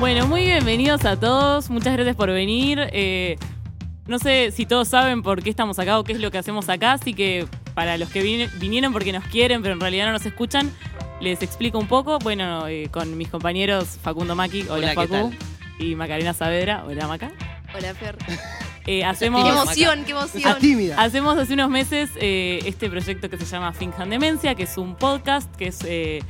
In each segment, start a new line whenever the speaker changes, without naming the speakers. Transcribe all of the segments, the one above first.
Bueno, muy bienvenidos a todos. Muchas gracias por venir. Eh, no sé si todos saben por qué estamos acá o qué es lo que hacemos acá, así que para los que vin- vinieron porque nos quieren, pero en realidad no nos escuchan, les explico un poco. Bueno, eh, con mis compañeros Facundo Maki, hola,
Hola, ¿qué
Facu,
tal?
y Macarena Saavedra, hola Maca.
Hola, Fer.
Eh,
Qué
hacemos...
Tenemos-
emoción, qué
Esa
emoción.
tímida.
Hacemos hace unos meses eh, este proyecto que se llama Finjan Demencia, que es un podcast, que es eh,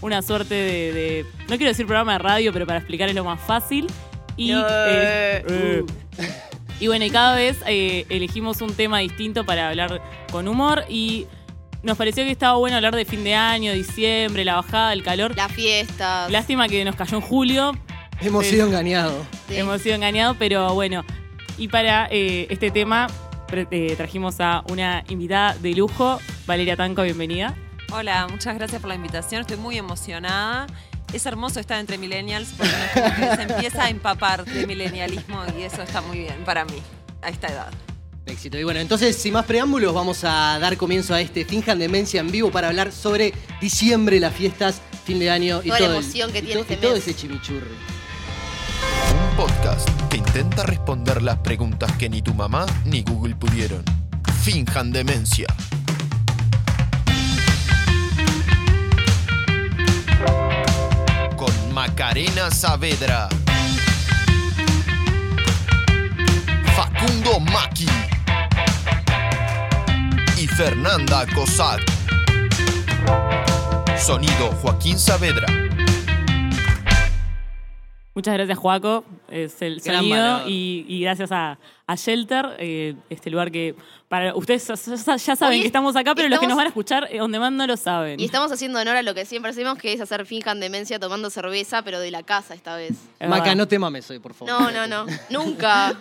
una suerte de, de- No quiero decir programa de radio, pero para explicar es lo más fácil. Y,
No.
eh, eh, y bueno, y cada vez eh, elegimos un tema distinto para hablar con humor y nos pareció que estaba bueno hablar de fin de año, diciembre, la bajada, el calor.
Las fiestas.
Lástima que nos cayó en julio,
Hemos
Sí.
sido engañados.
Sí.
Hemos sido engañados, pero bueno. Y para eh, este tema pre- eh, trajimos a una invitada de lujo, Valeria Tanco, bienvenida.
Hola, muchas gracias por la invitación. Estoy muy emocionada. Es hermoso estar entre millennials porque uno como que se empieza a empapar de millennialismo y eso está muy bien para mí a esta edad.
Éxito. Y bueno, entonces, sin más preámbulos, vamos a dar comienzo a este Finjan Demencia en vivo para hablar sobre diciembre, las fiestas, fin de año y
Toda la
todo. el-
emoción que
y
tiene
to-
este
y todo
mes.
ese chimichurri.
Un podcast que intenta responder las preguntas que ni tu mamá ni Google pudieron. Finjan demencia. Con Macarena Saavedra. Facundo Maki. Y Fernanda Cossack. Sonido Joaquín Saavedra.
Muchas gracias, Joaco. Es el
Gran
sonido.
valor.
Y, y gracias a, a Shelter, eh, este lugar que para ustedes ya- ya ya saben
Hoy
que estamos acá, pero los que
estamos-
nos van a escuchar eh, on demand no lo saben.
Y estamos haciendo honor a lo que siempre hacemos, que es hacer finjan demencia tomando cerveza, pero de la casa esta vez.
Es
Maca,
verdad.
no te mames hoy, por favor.
No, no, no. Nunca.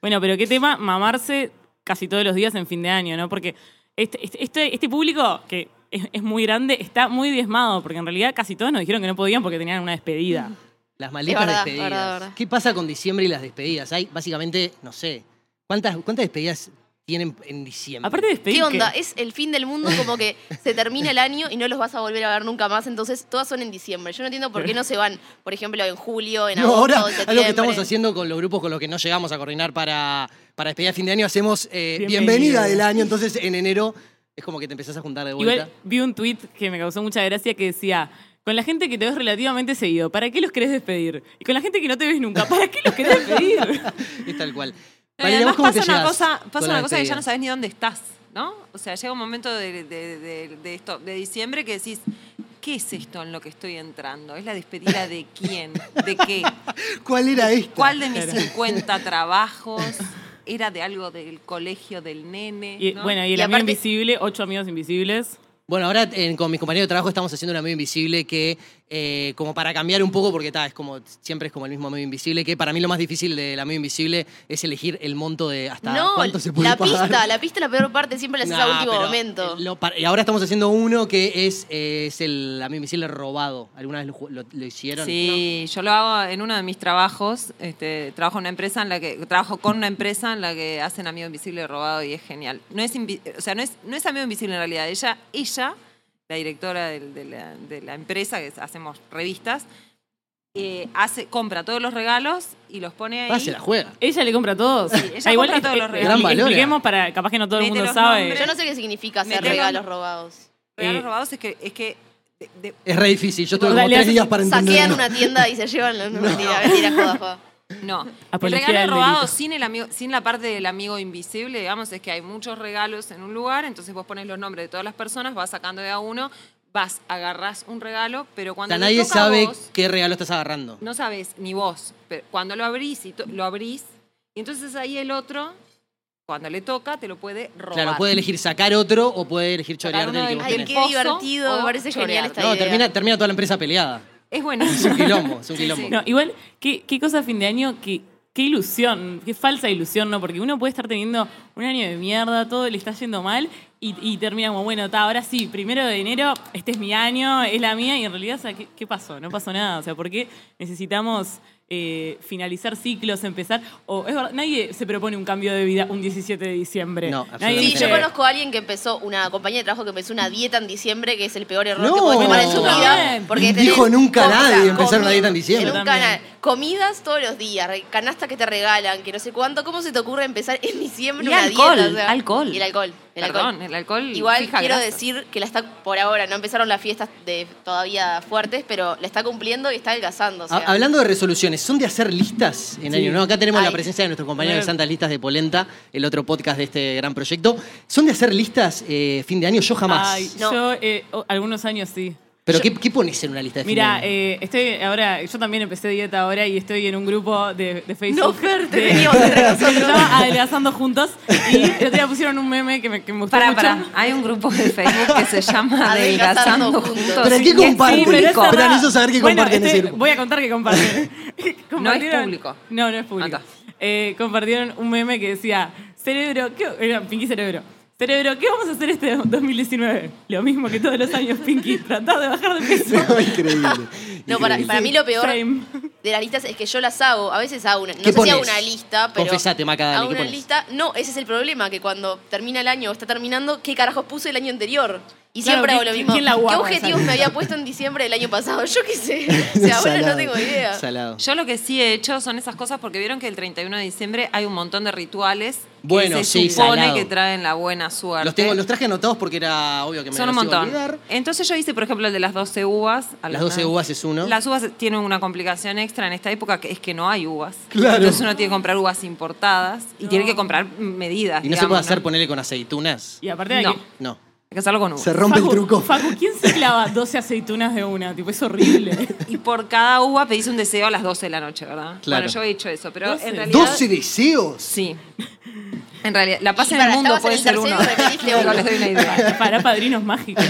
Bueno, pero qué tema, mamarse casi todos los días en fin de año, ¿no? Porque este, este- este, este público, que es, es muy grande, está muy diezmado, porque en realidad casi todos nos dijeron que no podían porque tenían una despedida.
Mm.
Las malditas
Es verdad,
despedidas.
verdad, verdad.
¿Qué pasa con diciembre y las despedidas? Hay, básicamente, no sé, ¿cuántas, cuántas despedidas tienen en diciembre?
Aparte de despedir.
¿Qué onda?
que-
Es el fin del mundo, como que se termina el año y no los vas a volver a ver nunca más, entonces todas son en diciembre. Yo no entiendo por qué no se van, por ejemplo, en julio, en
No, ahora,
agosto, en
algo que
septiembre.
estamos haciendo con los grupos con los que no llegamos a coordinar para, para despedir a fin de año, hacemos eh,
Bienvenido.
bienvenida del año, entonces en enero es como que te empezás a juntar de vuelta.
Igual vi un tweet que me causó mucha gracia que decía. Con la gente que te ves relativamente seguido, ¿para qué los querés despedir? Y con la gente que no te ves nunca, ¿para qué los querés despedir?
Es tal cual.
Eh,
Valeria, ¿vos
además
cómo te
pasa una
llevas
cosa,
con
pasa
la
una cosa que
despedida?
ya no sabes ni dónde estás, ¿no? O sea, llega un momento de, de- de- de esto, de diciembre que decís, ¿qué es esto en lo que estoy entrando? ¿Es la despedida de quién? ¿De qué?
¿Cuál era esta?
¿Cuál de mis
Claro.
50 trabajos era de algo del colegio del nene?
Y,
¿no?
Bueno, y el
Y
amigo
aparte-
invisible, ocho amigos invisibles.
Bueno, ahora eh, con mis compañeros de trabajo estamos haciendo un amigo invisible que, eh, como para cambiar un poco, porque ta, es como, siempre es como el mismo amigo invisible, que para mí lo más difícil del amigo invisible es elegir el monto de hasta
No,
cuánto se puede
la
pagar.
pista, la pista es la peor parte, siempre la haces a
Nah,
último
pero,
momento.
eh, lo par- y ahora estamos haciendo uno que es, eh, es el amigo invisible robado. ¿Alguna vez lo, ju- lo- lo hicieron?
Sí, yo lo hago en uno de mis trabajos. Este, trabajo en una empresa en la que trabajo con una empresa en la que hacen amigo invisible robado y es genial. No es, invi- o sea, no es, no es amigo invisible en realidad. Ella, ella, la directora del- de, la, de la empresa que es- hacemos revistas, eh, hace, compra todos los regalos y los pone ahí.
Ah, se la juega.
Ella le compra a todos.
Sí, ella
Ah, igual
compra
es-
todos los
eh,
regalos.
Gran valora.
Expliquemos para, capaz que no todo el
Mete
mundo
los
sabe.
nombres.
Yo no sé qué significa hacer
Metelo-
regalos robados.
Regalos
Eh,
robados es que, es que de- de-
Es re difícil. Yo tuve
No,
como
dale,
tres
hace-
días para
Saquean
entenderlo.
una tienda y se llevan los. No, mentira, mentira, joda, joda.
No.
Apología
el regalo
del
robado
delito.
sin, el amigo, sin la parte del amigo invisible, digamos, es que hay muchos regalos en un lugar, entonces vos pones los nombres de todas las personas, vas sacando de a uno, vas, agarrás un regalo, pero
O
cuando
sea,
te
nadie
toca a
sabe
vos,
qué regalo estás agarrando.
no sabes ni vos, pero cuando lo abrís y to- lo abrís, y entonces ahí el otro, cuando le toca, te lo puede robar.
Claro, puede elegir sacar otro o puede elegir
Sacar
chorear del
uno
que
del
vos
Ay,
Ay,
tenés.
qué
pozo
divertido, me
o
parece genial este esta
chorearte.
No,
idea.
termina, termina toda la empresa peleada. Es
Es
un
buenísimo.
quilombo, es un
Sí,
quilombo.
sí.
No, igual, ¿qué, qué cosa de fin de año, qué, qué ilusión, qué falsa ilusión, ¿no? Porque uno puede estar teniendo un año de mierda, todo le está yendo mal, Y, y termina como, bueno, ta, ahora sí, primero de enero, este es mi año, es la mía, y en realidad, o sea, ¿qué, qué pasó? No pasó nada. O sea, ¿por qué necesitamos eh, finalizar ciclos, empezar? O es verdad, nadie se propone un cambio de vida un 17 de diciembre.
No,
Nadie
absolutamente
Sí,
dice,
yo conozco a alguien que empezó, una compañía de trabajo que empezó una dieta en diciembre, que es el peor error
No.
que puede tomar en su vida.
Bien.
Porque
Dijo
tenés
nunca
comida,
nadie empezar una
comida,
dieta en diciembre.
nunca
También.
nadie. Comidas todos los días, re- canastas que te regalan, que no sé cuánto. ¿Cómo se te ocurre empezar en diciembre
Y
una
alcohol,
dieta? O sea,
alcohol.
Y el alcohol. El
Perdón,
alcohol.
el alcohol
Igual
fija
quiero
grasa.
decir que la está por ahora, no empezaron las fiestas de, todavía fuertes, pero la está cumpliendo y está adelgazando. o sea.
Ha- Hablando de resoluciones, ¿son de hacer listas en
Sí.
año nuevo? Acá tenemos la
Ay.
presencia de nuestro compañero de
Bueno.
Santas Listas de Polenta, el otro podcast de este gran proyecto. ¿Son de hacer listas eh, fin de año? Yo jamás.
Ay,
No.
yo eh, o- algunos años sí.
¿Pero ¿qué, qué pones en una lista de fin de
Mira,
año?
eh, estoy ahora, yo también empecé dieta ahora y estoy en un grupo de, de Facebook.
No, Fer, te
de-
teníamos entre nosotros.
que se llama Adelgazando Juntos. Y el otro día pusieron un meme que me, que me gustó
Para,
mucho.
para. Hay un grupo de Facebook que se llama
Adelgazando
Adelgazando
Juntos.
Juntos.
¿Pero qué
Y es
comparten?
es
público.
Pero
verdad.
necesito saber qué
Bueno,
comparten ese
este,
grupo.
Voy a contar que comparten. Compartieron-
público.
No, no es público.
Acá.
Eh, compartieron un meme que decía, cerebro, ¿qué, era Pinky Cerebro. Cerebro, ¿qué vamos a hacer este 2019? Lo mismo que todos los años, Pinky. Tratá de bajar de peso.
Increíble.
No, para, para mí lo peor
Same.
de las listas es que yo las hago. A veces hago una, no
¿Qué
sé si hago
pones?
una lista, pero
Confesate, Maca, dale,
hago
¿qué
una
pones?
lista. No, ese es el problema, que cuando termina el año o está terminando, ¿qué carajos puse el año anterior? Y
Claro,
siempre hago
¿qué-
lo mismo.
quién la
¿Qué
guarda
objetivos
esa
me había puesto en diciembre del año pasado? Yo qué sé. O sea, ahora no tengo idea.
Salado.
Yo lo que sí he hecho son esas cosas porque vieron que el 31 de diciembre hay un montón de rituales
Bueno,
que se
sí,
supone
salado.
que traen la buena suerte.
Los, tengo, los traje anotados porque era obvio que me
son un
los iba a
montón.
olvidar.
Entonces yo hice, por ejemplo, el de las 12 uvas. a
Las
la-
12 uvas es uno.
Las uvas tienen una complicación extra en esta época, que es que no hay uvas.
Claro.
Entonces uno tiene que comprar uvas importadas y tiene que comprar medidas.
Y no se
digamos,
puede hacer ponerle con aceitunas.
Y aparte de
No.
que...
No.
Hay que hacerlo con uvas.
rompe
Facu, Facu, ¿quién se clava 12 aceitunas de una? Tipo, es horrible.
Y por cada uva pedís un deseo a las 12 de la noche, ¿verdad?
Claro.
Bueno, yo he hecho eso, pero
12.
en realidad...
12 deseos.
Sí. En realidad, la paz
Y
en el
para,
mundo
estabas
puede
en el
ser uno.
tercero y repetiste
Pero
uno.
les doy una idea.
Para padrinos mágicos.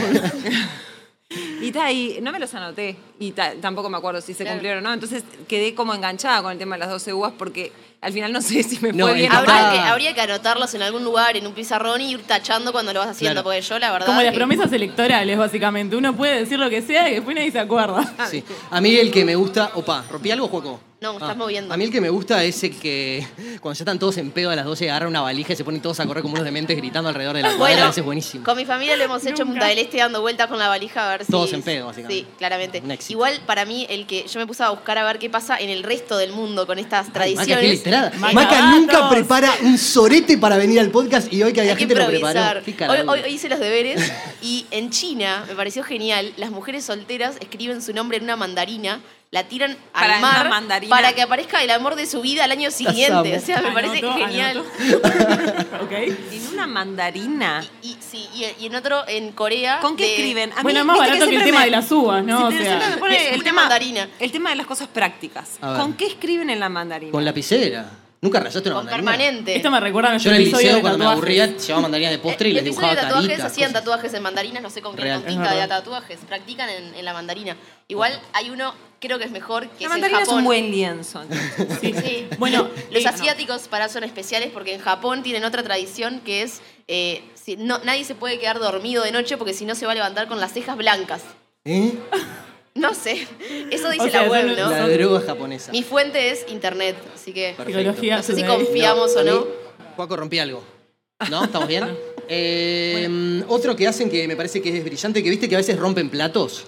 Y, ta, y no me los anoté. Y ta, tampoco me acuerdo si se
Claro.
cumplieron o no. Entonces quedé como enganchada con el tema de las 12 uvas porque al final no sé si me
No,
fue
el
bien.
papá-
Habrá
Habrá-
que, habría que anotarlos en algún lugar, en un pizarrón y ir tachando cuando lo vas haciendo,
Claro.
porque yo la verdad. eh,
Como las
que-
promesas electorales, básicamente. Uno puede decir lo que sea y después nadie se acuerda.
Sí. A mí el que me gusta. Opa, ¿rompí algo, Juaco?
Ah,
Ah,
No, estás moviendo.
A mí el que me gusta es el que cuando ya están todos en pedo a las 12 agarra una valija y se ponen todos a correr como unos dementes gritando alrededor de la cuadra.
Bueno,
Ese es buenísimo.
Con mi familia lo hemos hecho en Punta del Este dando vueltas con la valija a ver si.
Todos en pedo, básicamente.
Sí, claramente.
Un éxito.
Igual para mí, el que yo me puse a buscar a ver qué pasa en el resto del mundo con estas
Ay, Maca, qué
tradiciones.
literada.
Maca,
Maca nunca
datos.
prepara un sorete para venir al podcast y hoy que había
Hay que
gente lo
improvisar.
preparó. Qué
Hoy,
caradura.
hoy- hoy hice los deberes y en China, me pareció genial, las mujeres solteras escriben su nombre en una mandarina, la tiran al
Para
mar
una mandarina.
para que aparezca el amor de su vida al año siguiente. O sea, me parece
Anoto,
genial.
anoto. ok.
En una mandarina.
Y, sí, y, y en otro, en Corea.
¿Con qué
de-
escriben? A
Bueno,
mí,
es más
viste
barato que el
siempre
tema
me-
de las uvas, ¿no?
Sí,
o
pero
sea,
siempre me pone
Es
el
una
tema,
mandarina.
el tema de las cosas prácticas.
A ver.
¿Con qué escriben en la mandarina?
Con lapicera. ¿Nunca rayaste una
Con
mandarina?
permanente.
esto me recuerda a
Yo
nuestro
en el
episodio
liceo
de
cuando me
tatuajes.
aburría llevaba mandarinas de postre y
El
les
Eh, episodio
dibujaba
de tatuajes
taritas.
hacían
cosas.
tatuajes en mandarinas, no sé con qué,
Real.
con
Es
tinta de
verdad.
tatuajes. Practican en, en la mandarina. Igual hay uno, creo que es mejor, que
La
es en
mandarina es un
Japón.
buen lienzo. entonces.
Sí.
Sí.
Bueno,
los
eh,
asiáticos para son especiales porque en Japón tienen otra tradición que es eh, si- no, nadie se puede quedar dormido de noche porque si no se va a levantar con las cejas blancas.
¿Eh?
No sé, eso dice
O sea,
la
son-
web, ¿no?
La droga japonesa.
Mi fuente es internet, así que
Psicología
no sé si
sobre-
confiamos o no.
Juaco, rompí algo. ¿No? ¿Estamos bien? Eh, Otro que hacen que me parece que es brillante, que viste que a veces rompen platos.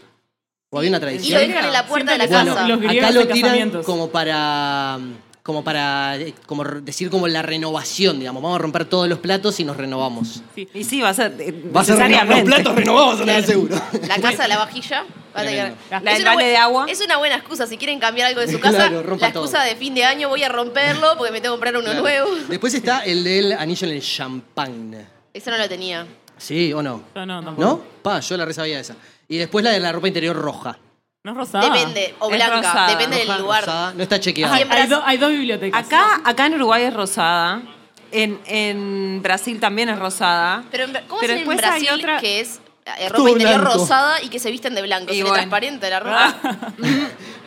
O había una
Y lo
tradición.
dejan en la puerta de la
Siento que son
casa.
los griegos
acá lo
de
tiran
casamientos.
como para como para eh, como r- decir como la renovación, digamos, vamos a romper todos los platos y nos renovamos.
Sí.
Y sí, va a ser. eh,
Va a ser los
necesariamente.
platos renovados, en el seguro.
La casa, la vajilla. va a tener-
Tremendo.
La
Es
del
una
balde
bu-
de agua.
Es una buena excusa. Si quieren cambiar algo de su casa,
Claro, rompan
la excusa
todo.
de fin de año voy a romperlo porque me tengo que comprar uno
Claro.
nuevo.
Después está el del anillo en el champán.
Eso no lo tenía.
Sí o no?
No, no, tampoco.
¿No? Pa, yo la resabía esa. Y después la de la ropa interior roja.
No es rosada.
Depende. O
Ah, Es
blanca.
rosada,
depende
Roja,
del lugar.
rosada, no está chequeada.
Ay,
Hay, do- hay dos bibliotecas.
Acá, acá en Uruguay es rosada. En, en Brasil también es rosada.
Pero en- ¿cómo
Pero
es en
después hay
Brasil
otra-
que es eh,
Todo
ropa interior
blanco.
rosada y que se visten de blanco?
Y
Es
bueno. Ah.
transparente la ropa.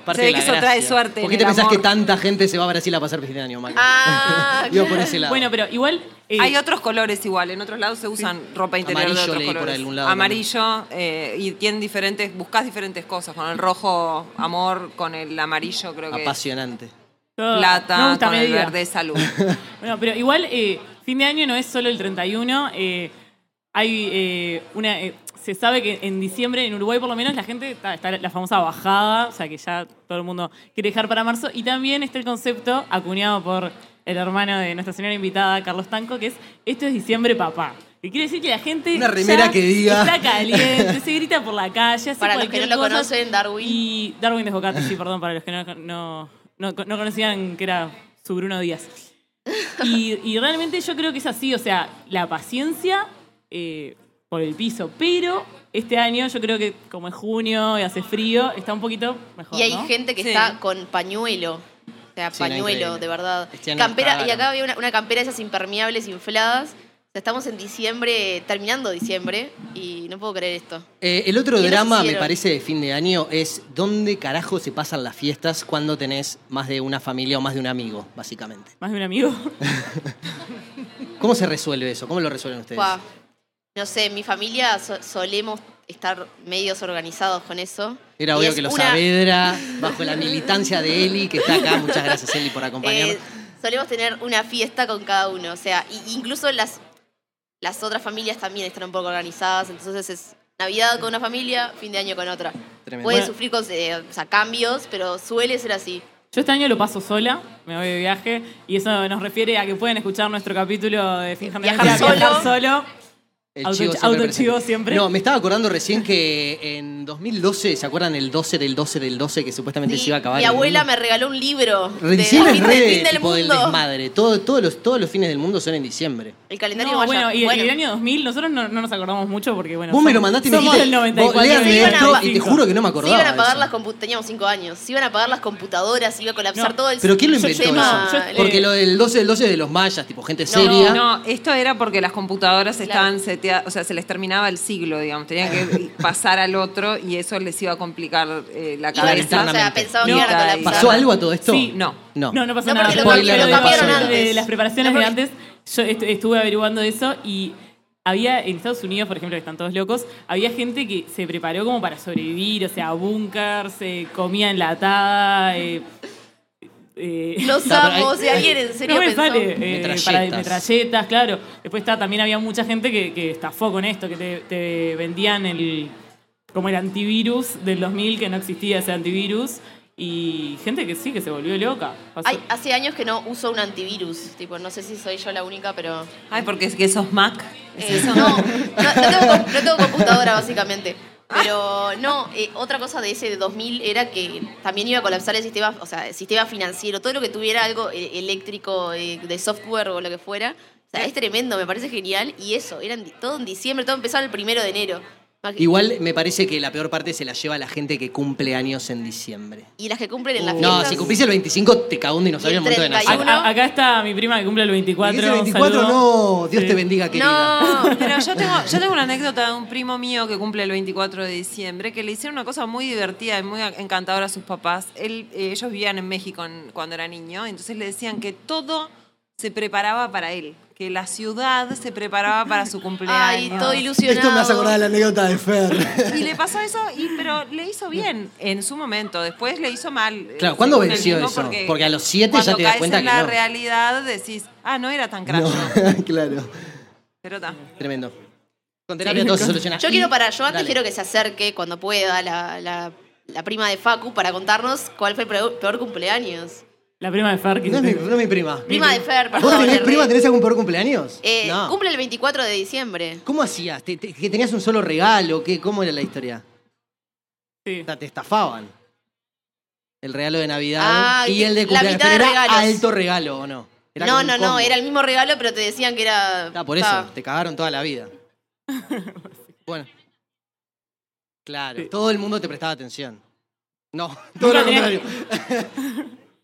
parte
Se ve
de la
que eso
gracia.
trae suerte
¿Por
en
qué te
el
pensás
amor?
que tanta gente se va a Brasil a pasar fin de año, Maca?
Ah,
Digo, por ese lado.
Bueno, pero igual. eh,
Hay otros colores igual, en otros lados se usan ropa interior
Amarillo
de otros
leí por
colores.
algún lado
Amarillo, eh, y tienen diferentes, buscas diferentes cosas, con el rojo amor, con el amarillo creo que
Apasionante.
todo- me
plata,
gusta
con el
medida.
verde salud.
Bueno, pero igual eh, fin de año no es solo el 31. eh, hay eh, una. eh, se sabe que en diciembre, en Uruguay por lo menos, la gente está, está la famosa bajada, o sea que ya todo el mundo quiere dejar para marzo. Y también está el concepto acuñado por el hermano de nuestra señora invitada, Carlos Tanco, que es esto es diciembre papá. Que quiere decir que la gente.
Una remera
ya
que diga.
Está caliente, se grita por la calle, hace
Para los que
cualquier
no lo
cosa.
conocen, Darwin.
Y Darwin Desbocate, sí, perdón, para los que no, no, no- no conocían que era su Bruno Díaz. Y, y realmente yo creo que es así, o sea, la paciencia eh, por el piso, pero este año yo creo que como es junio y hace frío, está un poquito mejor.
Y hay
¿no?
gente que
Sí.
está con pañuelo. O sea,
Sí, no,
pañuelo,
increíble.
de verdad.
Este año
Campera,
cagaron.
y acá había una, una campera de esas impermeables infladas. O sea, estamos en diciembre, terminando diciembre, y no puedo creer esto.
Eh, el otro
¿Qué nos
drama, me
hicieron?
parece, de fin de año es dónde carajo se pasan las fiestas cuando tenés más de una familia o más de un amigo, básicamente.
Más de un amigo.
¿Cómo se resuelve eso? ¿Cómo lo resuelven ustedes?
Fua. No sé, en mi familia so- solemos estar medios organizados con eso.
Era
Y
obvio
es
que lo
una- eh,
Saavedra, bajo la militancia de Eli, que está acá. Muchas gracias, Eli, por acompañarnos.
Eh, solemos tener una fiesta con cada uno. O sea, y- incluso las, las otras familias también están un poco organizadas. Entonces es Navidad con una familia, fin de año con otra.
Tremendo.
Puede
Bueno.
sufrir con, eh, o sea, cambios, pero suele ser así.
Yo este año lo paso sola, me voy de viaje, y eso nos refiere a que pueden escuchar nuestro capítulo de Fin de Año,
Viajar solo.
solo.
El
Auto-
chivo siempre
autochivo
presente.
siempre.
No, me estaba acordando recién que en 2012, ¿se acuerdan el 12 del 12 del 12 que supuestamente
Sí,
se iba a acabar?
mi
el
abuela
mundo?
me regaló un libro
Re- Diciembre
fin,
es re
del
de-
fin del
tipo del
mundo.
desmadre. Todo- todos, los, todos los fines del mundo son en diciembre.
el calendario
No,
maya.
bueno, y, y
Bueno,
el año 2000 nosotros no, no nos acordamos mucho porque, bueno.
Vos me
somos-
lo mandaste y me
somos
dijiste,
del
vos
94.
léanme
Se iban a-
esto y te juro que no me
se
acordaba.
iban a pagar
de
las
eso.
compu- teníamos cinco años, se iban a pagar las computadoras, se iba a colapsar
No,
todo el
¿Pero quién lo
Yo
inventó
tema-
eso?
yo-
Porque
eh,
lo del 12 del 12 es de los mayas, tipo gente seria.
No, no, esto era porque las computadoras estaban seteadas, o sea, se les terminaba el siglo, digamos, tenían que pasar al otro y eso les iba a complicar eh, la
Iban a
cabeza.
estar- o sea,
internamente.
pensaban
No,
que iban a
está ahí.
colapsar.
¿Pasó algo a todo esto?
Sí,
no.
No.
No, no pasó
No,
nada. Pero
porque
lo
pero
cambiaron,
de
lo
pasó
cambiaron
de
antes.
las preparaciones
No,
de
porque-
antes, yo est- estuve averiguando eso y había en Estados Unidos, por ejemplo, que están todos locos, había gente que se preparó como para sobrevivir, o sea, búnkers, eh, comida enlatada, eh, eh,
Los
No, pero hay-
amo, o sea, alguien en serio
no me
pensó.
sale. eh,
Metralletas.
para metralletas, claro. Después está, también había mucha gente que, que estafó con esto, que te, te vendían el como el antivirus del 2000, que no existía ese antivirus. Y gente que sí, que se volvió loca. Pasó-
Ay, hace años que no uso un antivirus. Tipo, no sé si soy yo la única, pero.
Ay, porque es que sos Mac. ¿Es
Eh,
eso?
no, no, no tengo, com- no tengo computadora, básicamente. Pero no, eh, otra cosa de ese de 2000 era que también iba a colapsar el sistema, o sea, el sistema financiero, todo lo que tuviera algo eh, eléctrico, eh, de software o lo que fuera. O sea, es tremendo, me parece genial. Y eso, eran di- todo en diciembre, todo empezaba el primero de enero. Más que-
Igual me parece que la peor parte se la lleva la gente que cumple años en diciembre.
Y las que cumplen en las
Uh, No,
fiestas.
si cumplís el 25 te cagó un dinosaurio
Y
en
el
el momento de Ah,
31.
nacer.
uno.
Acá, acá está mi prima que cumple el 24.
Dijiste 24
saludo.
no, Dios
Sí.
te bendiga, querida.
No, pero yo tengo, yo tengo una anécdota de un primo mío que cumple el 24 de diciembre, que le hicieron una cosa muy divertida y muy encantadora a sus papás. Él, eh, ellos vivían en México en- cuando era niño, entonces le decían que todo se preparaba para él, que la ciudad se preparaba para su cumpleaños.
Ay, todo ilusionado.
Esto me hace acordar de la anécdota de Fer.
Y le pasó eso, y, pero le hizo bien en su momento. Después le hizo mal. eh,
Claro, ¿cuándo
según él
venció
mismo,
eso? Porque a los siete
cuando
ya te das
caes
cuenta
en
que
la
no.
realidad decís, ah, no era tan craso.
No, claro.
Pero ta.
Tremendo. Con terapia todo se soluciona.
Yo
Y-
quiero para, yo antes
Dale.
quiero que se acerque cuando pueda la, la- la prima de Facu para contarnos cuál fue el peor, peor cumpleaños.
La prima de Fer. que
No es mi,
se-
no es mi prima.
Prima de Fer, perdón.
¿Vos tenés
le re-
prima? ¿Tenés algún peor cumpleaños?
Eh,
no.
Cumple el 24 de diciembre.
¿Cómo hacías? ¿Te- te- que tenías un solo regalo? ¿Qué, ¿Cómo era la historia?
sí.
O sea, te estafaban. El regalo de Navidad
Ah,
y el de
la
cumpleaños.
mitad de
Pero era
regalos.
alto regalo, ¿o no? Era como
No,
un
no, no,
combo.
era el mismo regalo, pero te decían que era.
Ah, por eso,
Ah,
te cagaron toda la vida. bueno. Claro, todo el mundo te prestaba atención. No, todo
Nunca
lo
tenía-
contrario.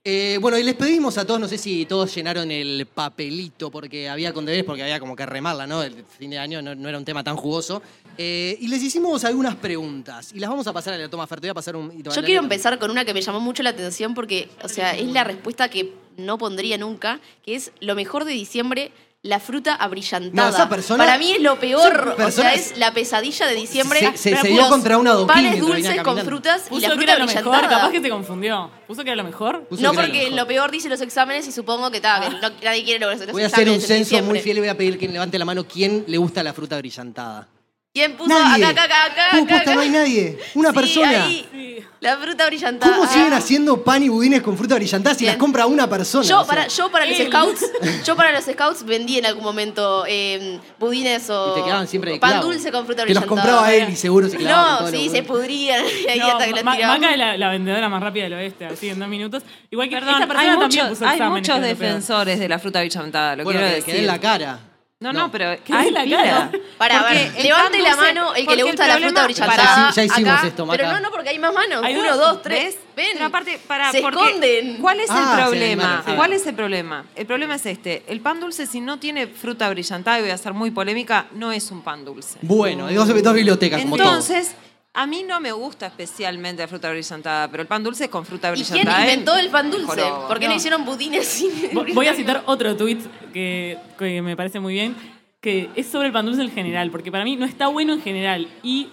Eh, bueno, y les pedimos a todos, no sé si todos llenaron el papelito porque había con deberes, porque había como que remarla, ¿no? El fin de año no, no era un tema tan jugoso. Eh, y les hicimos algunas preguntas y las vamos a pasar a la toma Fer. Te voy a pasar un. y te-
Yo quiero empezar con una que me llamó mucho la atención porque, o sea, es la respuesta que no pondría nunca, que es lo mejor de diciembre, la fruta abrillantada.
No, esa persona-
Para mí es lo peor,
Son
o sea,
personas-
es la pesadilla de diciembre.
Se- se-
Pero
se
puso
dio contra una adoquín
Panes
mientras venía
dulces con
caminando.
frutas y
Puso
la
que
fruta
era lo mejor,
abrillantada.
capaz que te confundió. Puso que era lo mejor.
Puso
No,
que era lo
porque
mejor.
lo peor dice los exámenes y supongo que, ta, que no- nadie quiere los, los exámenes.
Voy a hacer un
en
censo muy
diciembre.
fiel y voy a pedir que levante la mano quién le gusta la fruta brillantada.
¿Quién puso
Nadie.
acá, acá, acá, acá?
Uh, posta,
acá?
no hay nadie. Una
Sí,
persona.
ahí.
Sí.
La fruta abrillantada.
¿Cómo siguen
Ah.
haciendo pan y budines con fruta brillantada si
Bien.
las compra una persona?
Yo
O sea,
para, yo para los
Eh.
Él.
scouts, yo para los scouts vendí en algún momento eh, budines o
Y te quedaban siempre de
pan
clavo.
dulce con fruta
Te los
brillantada.
compraba él y seguro se clavaban
No,
todos los
sí, se
budines.
pudrían ahí
No,
hasta que
Ma-
las tiraban.
Maca es la, la vendedora más rápida del oeste, así en dos minutos. Igual que
Perdón,
esta persona
hay
también
muchos,
puso
hay
exámenes,
muchos
que es lo peor.
defensores de la fruta bichantada, lo
Bueno,
quiero
que, que den
decir.
la cara.
No, no, pero.
Ah, es la cara.
Para, a
Porque
ver,
el
levante
pan
la
dulce-
mano el que
porque
le
el
gusta la fruta
problema-
brillantada.
Para, sí, ya hicimos
acá,
esto,
Pero
Maca.
no, no, porque hay más manos.
Hay dos,
Uno, dos, tres. Ven.
¿Ven? Pero aparte, para,
se
porque-
esconden.
¿Cuál es
Ah,
el
sí,
problema?
animales, sí.
¿Cuál es el problema? El problema es este. El pan dulce, si no tiene fruta brillantada, y voy a ser muy polémica, no es un pan dulce.
Bueno, hay dos, dos bibliotecas, como todo.
Entonces, a mí no me gusta especialmente la fruta brillantada, pero el pan dulce con fruta ¿eh?
¿Y quién
brillantada. es
inventó el pan dulce?
jorobo.
¿Por qué no,
No.
hicieron budines sin
Vo- Voy a citar otro tuit que, que me parece muy bien, que es sobre el pan dulce en general, porque para mí no está bueno en general y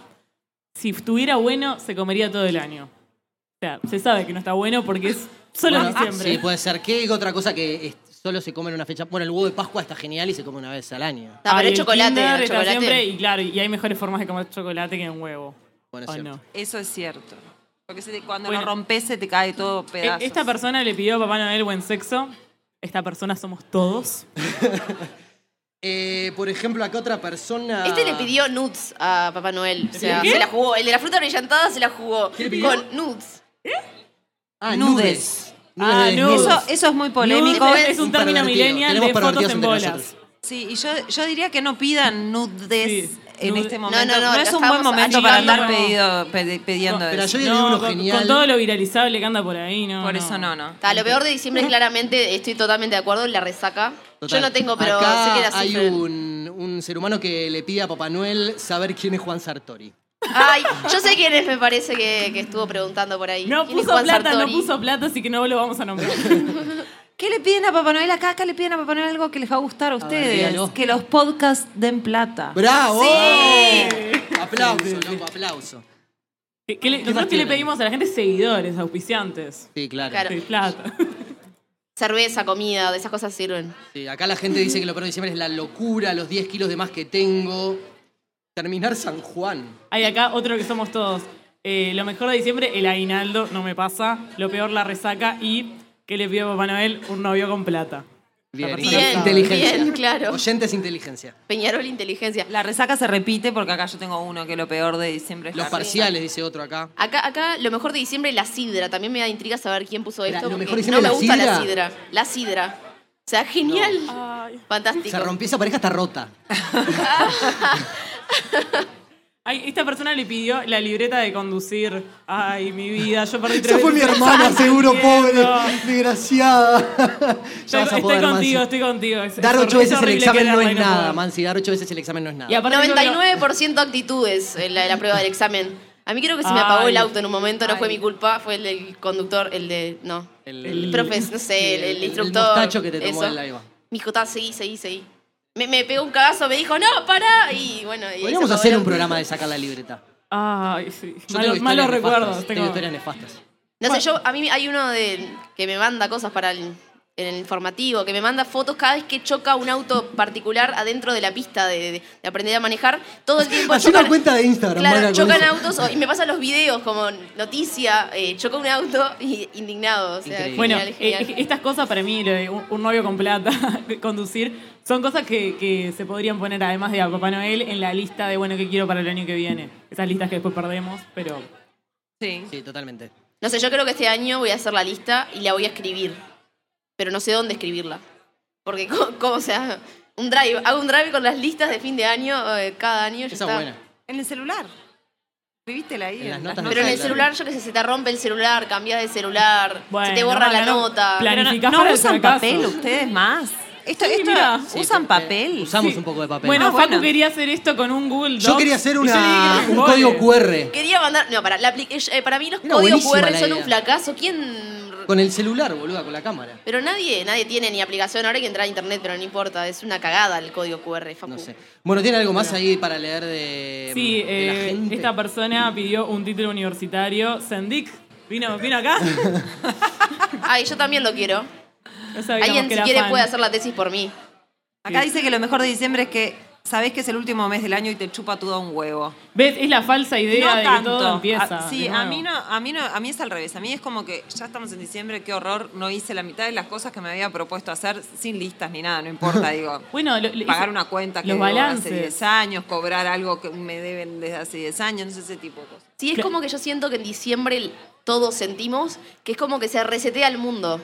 si estuviera bueno se comería todo el año. O sea, se sabe que no está bueno porque es solo
Bueno,
en
ah,
diciembre.
Sí, puede ser. ¿Qué otra cosa que es- solo se come en una fecha? Bueno, el huevo de Pascua está genial y se come una vez al año.
Ah, pero
Ay,
es
el
chocolate,
Kinder
el
está
chocolate.
siempre- y claro, y hay mejores formas de comer chocolate que un huevo.
Bueno, es
¿O
cierto.
no?
Eso es cierto. Porque se te- cuando
Bueno.
lo rompes se te cae todo
E-
pedazo.
Esta persona le pidió a Papá Noel buen sexo. Esta persona somos todos.
Eh, por ejemplo, acá otra persona.
Este le pidió nudes a Papá Noel. O sea,
¿Qué?
se la jugó. El de la fruta brillantada se la jugó
le pidió?
con nudes.
Ah,
nudes.
nudes.
Ah,
de
nudes.
eso, eso es muy polémico.
No, es un
Súper
término
divertido.
millennial
Tenemos
de
para
fotos
divertirnos
en
entre
bolas.
nosotros.
Sí, y yo, yo diría que no pidan nudes
Sí,
en
nude-
este
No,
momento.
no, no,
No, es
la
un buen
estamos
momento para
achicando.
andar pedido- pedi- pidiendo
No, pero
eso.
yo le digo uno
con,
genial.
con todo lo viralizable que anda por ahí, no.
Por eso no, no.
Está, lo peor de diciembre claramente estoy totalmente de acuerdo, la resaca.
Total.
Yo no tengo, pero
Acá
sé que la
hay
sufren.
un, un ser humano que le pide a Papá Noel saber quién es Juan Sartori.
Ay, yo sé quién es, me parece que, que estuvo preguntando por ahí.
No
¿Quién es
puso
Juan
plata,
Sartori?
no puso plata, así que no lo vamos a nombrar.
¿Qué le piden a Papá Noel acá? Acá le piden a Papá Noel algo que les va a gustar a ustedes.
dígalo.
que los podcasts den plata.
¡Bravo!
Ah. Sí.
Aplauso, loco, aplauso.
¿Qué- qué le-
más
nosotros que le
tienen?
pedimos a la gente seguidores, auspiciantes.
Sí, claro.
Claro.
Sí, plata.
Cerveza, comida, de esas cosas sirven.
Sí, acá la gente dice que lo peor de diciembre es la locura, los 10 kilos de más que tengo. Terminar San Juan.
Hay acá otro que somos todos. Eh, lo mejor de diciembre, el aguinaldo, no me pasa. Lo peor, la resaca. Y que le pidió a Papá Noel un novio con plata.
Bien,
persona
inte-
sabe.
inteligencia.
Bien, claro.
Oyentes inteligencia.
Peñarol Inteligencia.
La resaca se repite porque acá yo tengo uno que lo peor de diciembre es
Los
la
parciales, dice otro acá.
Acá, acá, lo mejor de diciembre, la sidra. También me da intriga saber quién puso
Mira,
esto.
lo
porque
mejor de
no
diciembre,
me
la
gusta la
sidra.
sidra. La sidra. O sea, genial. Fantástico.
Se rompió esa pareja, está rota.
Ay, esta persona le pidió la libreta de conducir. Ay, mi vida, yo perdí tres
Esa fue mi
veces.
hermana, seguro,
Entiendo.
pobre. Desgraciada.
Estoy,
Ya vas a
estoy
poder, Mansi.
contigo, estoy contigo. Es-
Dar
es
ocho
horri-
veces el
horrible
examen no
quedarla
es
y no
nada,
poder.
Mansi. Dar ocho veces el examen no es nada.
Y aparte yo creo-
99% actitudes en la, la prueba del examen. A mí creo que se me
Ay.
apagó el auto en un momento, no fue
Ay.
mi culpa, fue el del conductor, el de. No.
El-
El, profes, no sé, el, el
el- el
instructor.
mostacho que te tomó
eso.
el aiba.
Me dijo, "Ta, seguí, seguí, seguí. Me, me pegó un cagazo, me dijo, no, pará. Y bueno. y ahí
Podríamos
se apagó
hacer
el
un
auto.
programa de sacar la libreta.
Ay, sí.
Yo
Malo-
tengo
malos
historias
recuerdos.
nefastas,
tengo.
Tengo historias nefastas.
No sé, yo, a mí hay uno de, que me manda cosas para el, en el informativo, que me manda fotos cada vez que choca un auto particular adentro de la pista de, de- de aprender a manejar. Todo el
Ah,
tiempo
Hacé una
chocan-
cuenta de Instagram, Maga,
Claro,
con
chocan
eso.
autos o- y me pasan los videos como noticia, eh, choca un auto y indignado. O sea,
Increíble.
Bueno,
genial, genial.
eh, estas cosas para mí, lo de un, un novio con plata, conducir, son cosas que, que se podrían poner, además de a Papá Noel, en la lista de bueno que quiero para el año que viene. Esas listas que después perdemos, pero.
Sí.
Sí, totalmente.
No sé, yo creo que este año voy a hacer la lista y la voy a escribir. Pero no sé dónde escribirla. Porque, co- como, o sea, un drive. Hago un drive con las listas de fin de año, eh, cada año. ya
Esa es
está.
buena.
En el celular. Escribiste la
En las notas
Pero en el celular, yo que sé, se te rompe el celular, cambias de celular, se te
Bueno,
borra la
no, no,
nota.
plan- Planificás
no
para el
usan
fracaso.
papel ustedes más. Esto,
Sí,
esto
mira.
Sí,
usan
porque
papel.
Usamos
Sí.
un poco de papel.
Bueno,
Ah,
Facu
bueno.
quería hacer esto con un Google
yo
Docs,
quería hacer
y yo
una-
le dije que
un
no
código
jode.
QR.
Quería mandar. No, para, la apli- eh, para mí los
Era
códigos
buenísima
QR
la
son
idea.
un fracaso. ¿Quién.?
Con el celular, boluda, con la cámara.
Pero nadie, nadie tiene ni aplicación. Ahora hay que entrar a internet, pero no importa. Es una cagada el código QR, Facu.
No sé. Bueno, ¿tiene algo más ahí para leer de,
Sí,
em, de la
eh,
gente?
esta persona pidió un título universitario. Sendik vino, vino acá.
Ay, yo también lo quiero.
No sabíamos
Alguien,
que
si
era
quiere,
fan.
puede hacer la tesis por mí.
Acá dice que lo mejor de diciembre es que sabés que es el último mes del año y te chupa todo un huevo.
¿Ves? Es la falsa idea
no
de
tanto.
que todo empieza.
A- sí,
de
a
nuevo.
mí no, a mí no, a mí es al revés. A mí es como que ya estamos en diciembre, qué horror, no hice la mitad de las cosas que me había propuesto hacer sin listas ni nada, no importa, digo.
Bueno, lo- lo-
Pagar
hizo-
una cuenta que
los
debo
balances.
hace 10 años, cobrar algo que me deben desde hace 10 años, no sé ese tipo de cosas.
Sí, es
Claro.
como que yo siento que en diciembre todos sentimos que es como que se resetea el mundo.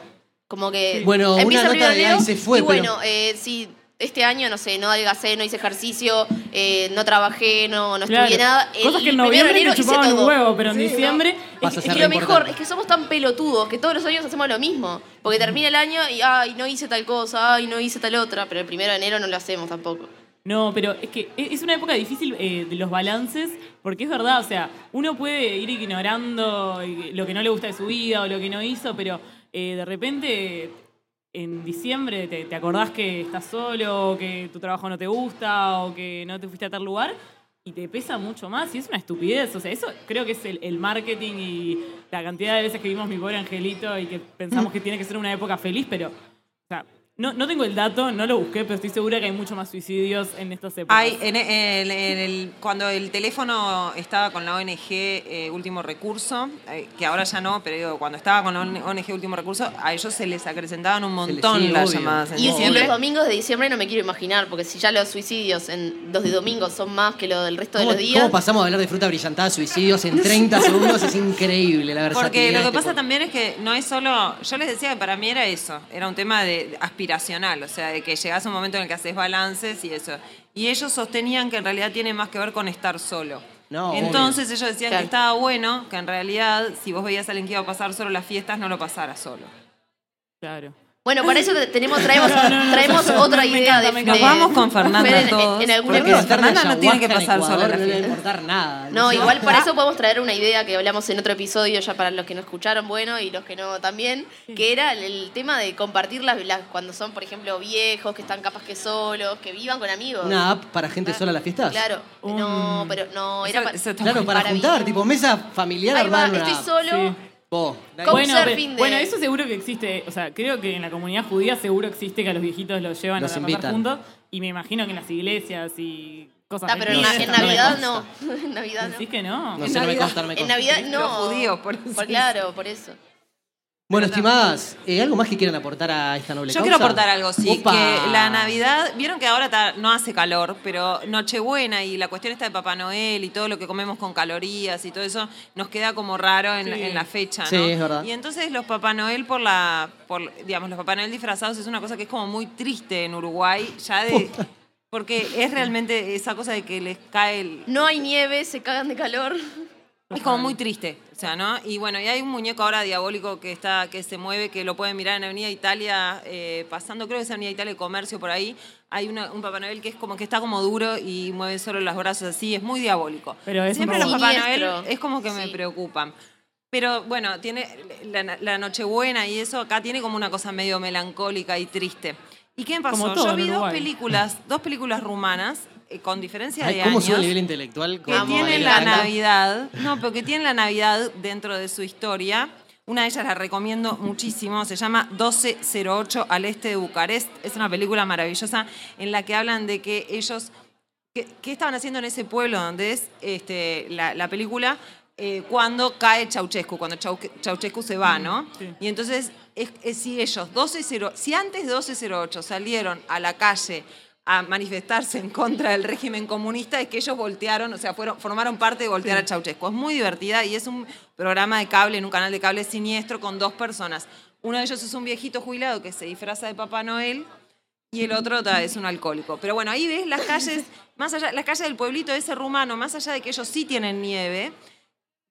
Como que
Bueno,
empieza
una
el
nota de
primero de
ahí se fue,
y bueno,
pero-
eh, sí, este año, no sé, no adelgacé, no hice ejercicio, eh, no trabajé, no, no
Claro.
estudié nada. El
Cosas que en
primero de
noviembre
enero
te
hice
chupaban un
todo.
huevo, pero en diciembre.
Vas
es-
a
Es
ser
que lo
re
mejor
importante.
es que somos tan pelotudos que todos los años hacemos lo mismo. Porque termina el año y, ay, no hice tal cosa, ay, no hice tal otra. Pero el primero de enero no lo hacemos tampoco.
No, pero es que e, es es una época difícil eh, de los balances, porque es verdad, o sea, uno puede ir ignorando eh, lo que no le gusta de su vida o lo que no hizo, pero eh, de repente en diciembre te, te acordás que estás solo, o que tu trabajo no te gusta o que no te fuiste a tal lugar y te pesa mucho más y es una estupidez. O sea, eso creo que es el, el marketing y la cantidad de veces que vimos mi pobre angelito y que pensamos que tiene que ser una época feliz, pero... O sea, no, no tengo el dato, no lo busqué, pero estoy segura que hay mucho más suicidios en estas épocas.
Hay, eh, en, el- en el- cuando el teléfono estaba con la ONG eh, Último Recurso, eh, que ahora ya no, pero digo, cuando estaba con la ONG Último Recurso, a ellos se les acrecentaban un
Se les-
montón
sí,
las
obvio.
llamadas en
Y, y
diciembre.
los domingos de diciembre no me quiero imaginar, porque si ya los suicidios en los de domingo son más que lo del resto de
¿Cómo,
los días.
cómo pasamos a hablar de fruta brillantada, suicidios en 30 segundos? Es increíble la versatilidad.
Porque lo
de
que
este
pasa
podcast.
también es que no es solo. Yo les decía que para mí era eso, era un tema de, de aspiracional, o sea, de que llegás a un momento en el que haces balances y eso. Y ellos sostenían que en realidad tiene más que ver con estar solo.
No,
Entonces ellos decían
Claro.
que estaba bueno que en realidad, si vos veías a alguien que iba a pasar solo las fiestas, no lo pasara solo.
Claro.
Bueno, para eso te- tenemos, traemos,
No, no, no,
traemos
no, no,
otra
me
idea
encanta, me
de- de.
encanta.
Nos vamos con Fernanda
Fer en-
todos,
En, algún
porque
Porque va a
episodio.
estar de
Fernanda no tiene que
ayahuasca en
pasar sola la
Ecuador, No le va a
fiesta.
importar nada.
No,
sé.
igual para eso podemos traer una idea que hablamos en otro episodio, ya para los que no escucharon, bueno, y los que no también, que era el, el tema de compartir las, las- cuando son, por ejemplo, viejos, que están capaz que solos, que vivan con amigos.
¿Una app para
Ah,
gente sola a las fiestas?
Claro, no, pero no, era
Eso-
pa-
eso está
Claro, para,
Para
juntar,
mí.
tipo mesa familiar
Ahí va,
armar una
estoy
app.
solo.
Sí.
Vos, dale.
Con-
Bueno,
surfing
pe-
de-
bueno, eso seguro que existe. O sea, creo que en la comunidad judía seguro existe que a los viejitos los llevan
Los
a
invitan.
trabajar juntos. Y me imagino que en las iglesias y cosas
Ah, pero en,
religiosas
en
también.
Navidad no. En Navidad
¿Decís
no.
que no?
no sé, no me consta, no me
En
consta.
Navidad no.
Los judíos, por eso.
claro, por eso.
Bueno, estimadas, eh, ¿algo más que quieran aportar a esta noble
Yo
causa?
quiero aportar algo, sí,
Opa.
que la Navidad, vieron que ahora ta- no hace calor, pero Nochebuena y la cuestión esta de Papá Noel y todo lo que comemos con calorías y todo eso, nos queda como raro en, la-
Sí.
en la fecha, ¿no?
Sí, es verdad.
Y entonces los Papá Noel por la, por, digamos, los Papá Noel disfrazados es una cosa que es como muy triste en Uruguay, ya de... Porque es realmente esa cosa de que les cae el,
No hay nieve, se cagan de calor.
es como muy triste, o sea, ¿no? Y bueno, y hay un muñeco ahora diabólico que está, que se mueve, que lo pueden mirar en Avenida Italia, eh, pasando, creo que es Avenida Italia de Comercio por ahí. Hay una- un Papá Noel que es como que está como duro y mueve solo los brazos así, es muy diabólico.
Pero es un
Siempre los
robot.
Papá Noel
Siniestro.
es como que me
Sí.
preocupan. Pero bueno, tiene la, la Nochebuena y eso acá tiene como una cosa medio melancólica y triste. ¿Y qué me pasó?
Como todo
Yo
en
vi dos
Uruguay.
películas, dos películas rumanas, eh, con diferencia
Ay,
de
¿Cómo
años
sube el nivel intelectual?
que
Como
Vamos,
tiene
Mariela
la
Ganda.
Navidad, no, pero que tiene la Navidad dentro de su historia. Una de ellas la recomiendo muchísimo, se llama 1208 al este de Bucarest. Es una película maravillosa en la que hablan de que ellos, ¿qué, qué estaban haciendo en ese pueblo donde es este, la, la película? eh, cuando cae Ceausescu, cuando Chau- Ceausescu se va, ¿no?
sí.
Y entonces, es, es si ellos, 12 si antes de 1208 salieron a la calle a manifestarse en contra del régimen comunista, es que ellos voltearon, o sea, fueron, formaron parte de voltear a Ceausescu. Es muy divertida y es un programa de cable, en un canal de cable siniestro con dos personas. Uno de ellos es un viejito jubilado que se disfraza de Papá Noel y el otro ta, es un alcohólico. Pero bueno, ahí ves las calles, más allá, las calles del pueblito ese rumano, más allá de que ellos sí tienen nieve,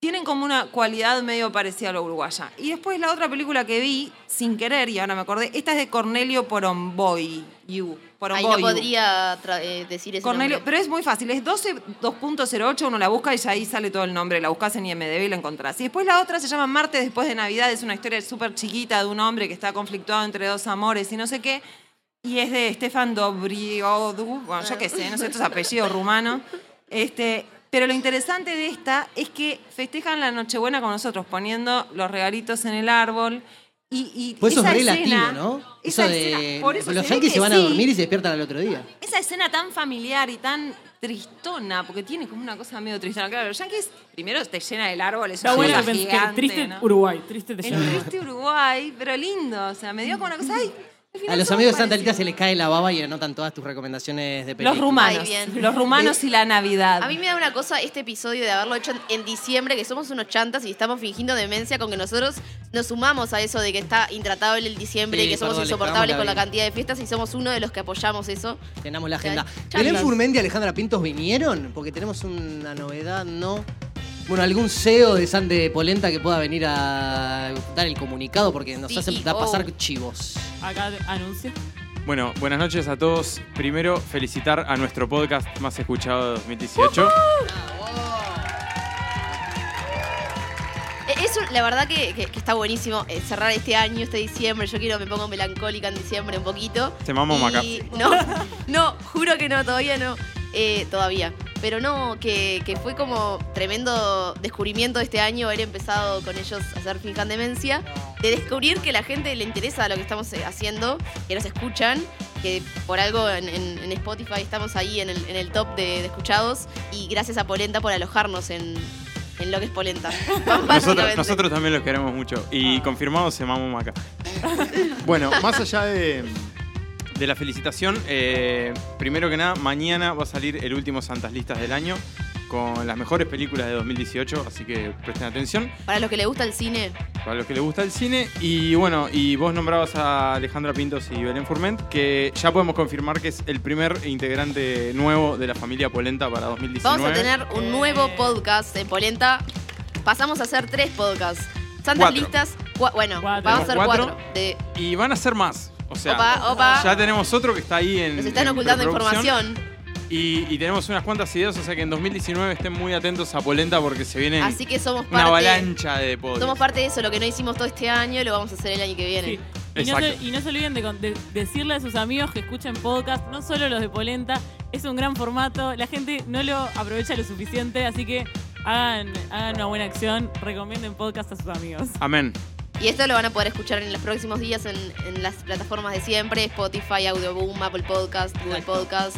tienen como una cualidad medio parecida a la uruguaya. Y después la otra película que vi, sin querer, y ahora me acordé, esta es de Cornelio Poromboy. You,
Ahí
Poromboyu.
no podría tra- eh, decir ese
Cornelio,
nombre.
pero es muy fácil, es 12 2.08, uno la busca y ya ahí sale todo el nombre, la buscas en IMDB y la encontrás. Y después la otra se llama Marte después de Navidad, es una historia súper chiquita de un hombre que está conflictuado entre dos amores y no sé qué, y es de Stefan Dobriodu, bueno, yo qué sé, no sé, estos apellidos rumanos. Este, pero lo interesante de esta es que festejan la Nochebuena con nosotros, poniendo los regalitos en el árbol. Y, y
Pues eso
esa
es re
escena-
latino, ¿no? Eso
esa
de.
escena- por eso
los
se ve
yankees
que
se van a
sí.
dormir y se despiertan al otro día.
Esa escena tan familiar y tan tristona, porque tiene como una cosa medio tristona. Claro, los yankees primero te llena el árbol, es
Está
una
bueno
cosa
pensar que
gigante,
triste
¿no?
Uruguay, triste te
El triste Uruguay, pero lindo, o sea, me dio como una cosa, ay, al final
A los
somos
amigos de Santa Rita
parecidos.
se les cae la baba y anotan todas tus recomendaciones de películas.
Los rumanos,
Ay, bien.
los rumanos y la Navidad.
A mí me da una cosa este episodio de haberlo hecho en, en diciembre, que somos unos chantas y estamos fingiendo demencia con que nosotros nos sumamos a eso de que está intratable el diciembre
Sí,
y que somos
perdón, le
insoportables
cagamos la
con la
vida.
cantidad de fiestas y somos uno de los que apoyamos eso.
Tenemos la agenda.
Chantas.
Belén Furmendi y Alejandra Pintos vinieron porque tenemos una novedad, ¿no? Bueno, algún CEO de San de Polenta que pueda venir a dar el comunicado porque nos
Sí,
hacen
y-
da pasar
oh.
chivos.
Acá anuncia.
Bueno, buenas noches a todos. Primero, felicitar a nuestro podcast más escuchado de 2018.
Eh, Eso, la verdad que, que- que está buenísimo eh, cerrar este año, este diciembre. Yo quiero, me pongo melancólica en diciembre un poquito.
Te mamo,
Y-
Maca.
No, no, juro que no, todavía no. Eh, todavía. Pero no, que, que fue como tremendo descubrimiento de este año haber empezado con ellos a hacer Finjan Demencia. De descubrir que la gente le interesa lo que estamos eh, haciendo, que nos escuchan, que por algo en, en- en Spotify estamos ahí en el, en el top de, de escuchados. Y gracias a Polenta por alojarnos en, en lo que es Polenta.
Nosotros,
Básicamente. Ah.
nosotros también los queremos mucho. Y confirmado, se mamo, Maca. Bueno, más allá de, de la felicitación, eh, primero que nada, mañana va a salir el último Santas Listas del año con las mejores películas de 2018, así que presten atención.
Para los que les gusta el cine,
Para los que les gusta el cine. Y bueno, y vos nombrabas a Alejandra Pintos y Belén Furment, que ya podemos confirmar que es el primer integrante nuevo de la familia Polenta para 2019.
vamos a tener un nuevo podcast en Polenta. Pasamos a hacer tres podcasts. Santas
Cuatro.
listas. cua- bueno,
Cuatro.
vamos a hacer
Cuatro.
cuatro. de-
Y van a ser más. O sea,
Opa, opa.
ya tenemos otro que está ahí en.
nos están
en
ocultando
preproducción.
información.
Y, y tenemos unas cuantas ideas, o sea que en 2019 estén muy atentos a Polenta porque se viene
Así que somos
una
parte.
avalancha de podcasts.
Somos parte de eso. Lo que no hicimos todo este año lo vamos a hacer el año que viene.
Sí. Y no, se,
Exacto.
y no se olviden de, con- de decirle a sus amigos que escuchen podcast, no solo los de Polenta, es un gran formato, la gente no lo aprovecha lo suficiente, así que hagan, hagan una buena acción, recomienden podcast a sus amigos.
Amén.
Y esto lo van a poder escuchar en los próximos días en, en las plataformas de siempre: Spotify, Audioboom, Apple Podcast, Google
Exacto.
Podcast.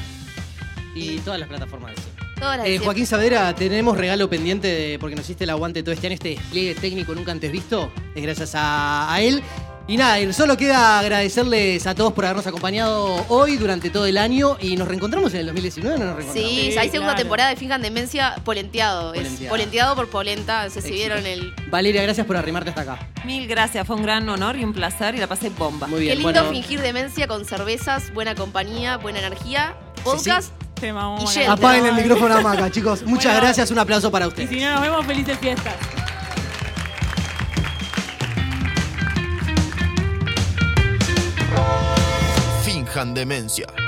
Y todas las plataformas de eso.
Todas las de
Eh,
siempre.
Joaquín Saavedra, tenemos regalo pendiente de- porque nos hiciste el aguante todo este año, este despliegue técnico nunca antes visto. Es gracias a, a él. Y nada, y solo queda agradecerles a todos por habernos acompañado hoy durante todo el año y nos reencontramos en el 2019, ¿no nos reencontramos?
Sí,
Sí,
hay segunda
claro.
temporada de Finjan Demencia polenteado. Es
Polenteado.
polenteado por polenta. No sé si
Éxito.
vieron el.
Valeria, gracias por arrimarte hasta acá.
Mil gracias, fue un gran honor y un placer y la pasé bomba.
Muy bien,
Qué lindo
bueno.
fingir demencia con cervezas, buena compañía, buena energía,
sí.
podcast.
Te mamó,
Y
Maca.
Yelda.
Apaguen el micrófono a Maca, chicos.
Muchas
Bueno.
gracias, un aplauso para
Y
ustedes.
si no nos vemos, felices fiestas.
Finjan demencia.